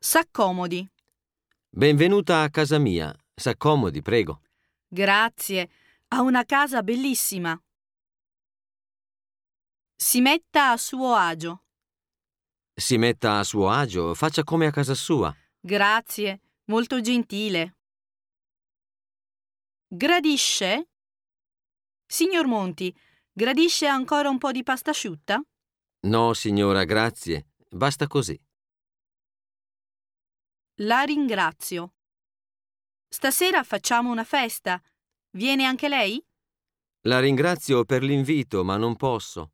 S'accomodi. Benvenuta a casa mia. S'accomodi, prego. Grazie. Ha una casa bellissima. Si metta a suo agio. Si metta a suo agio, faccia come a casa sua. Grazie. Molto gentile. Gradisce? Signor Monti, gradisce ancora un po' di pasta asciutta? No, signora, grazie. Basta così. La ringrazio. Stasera facciamo una festa. Viene anche lei? La ringrazio per l'invito, ma non posso.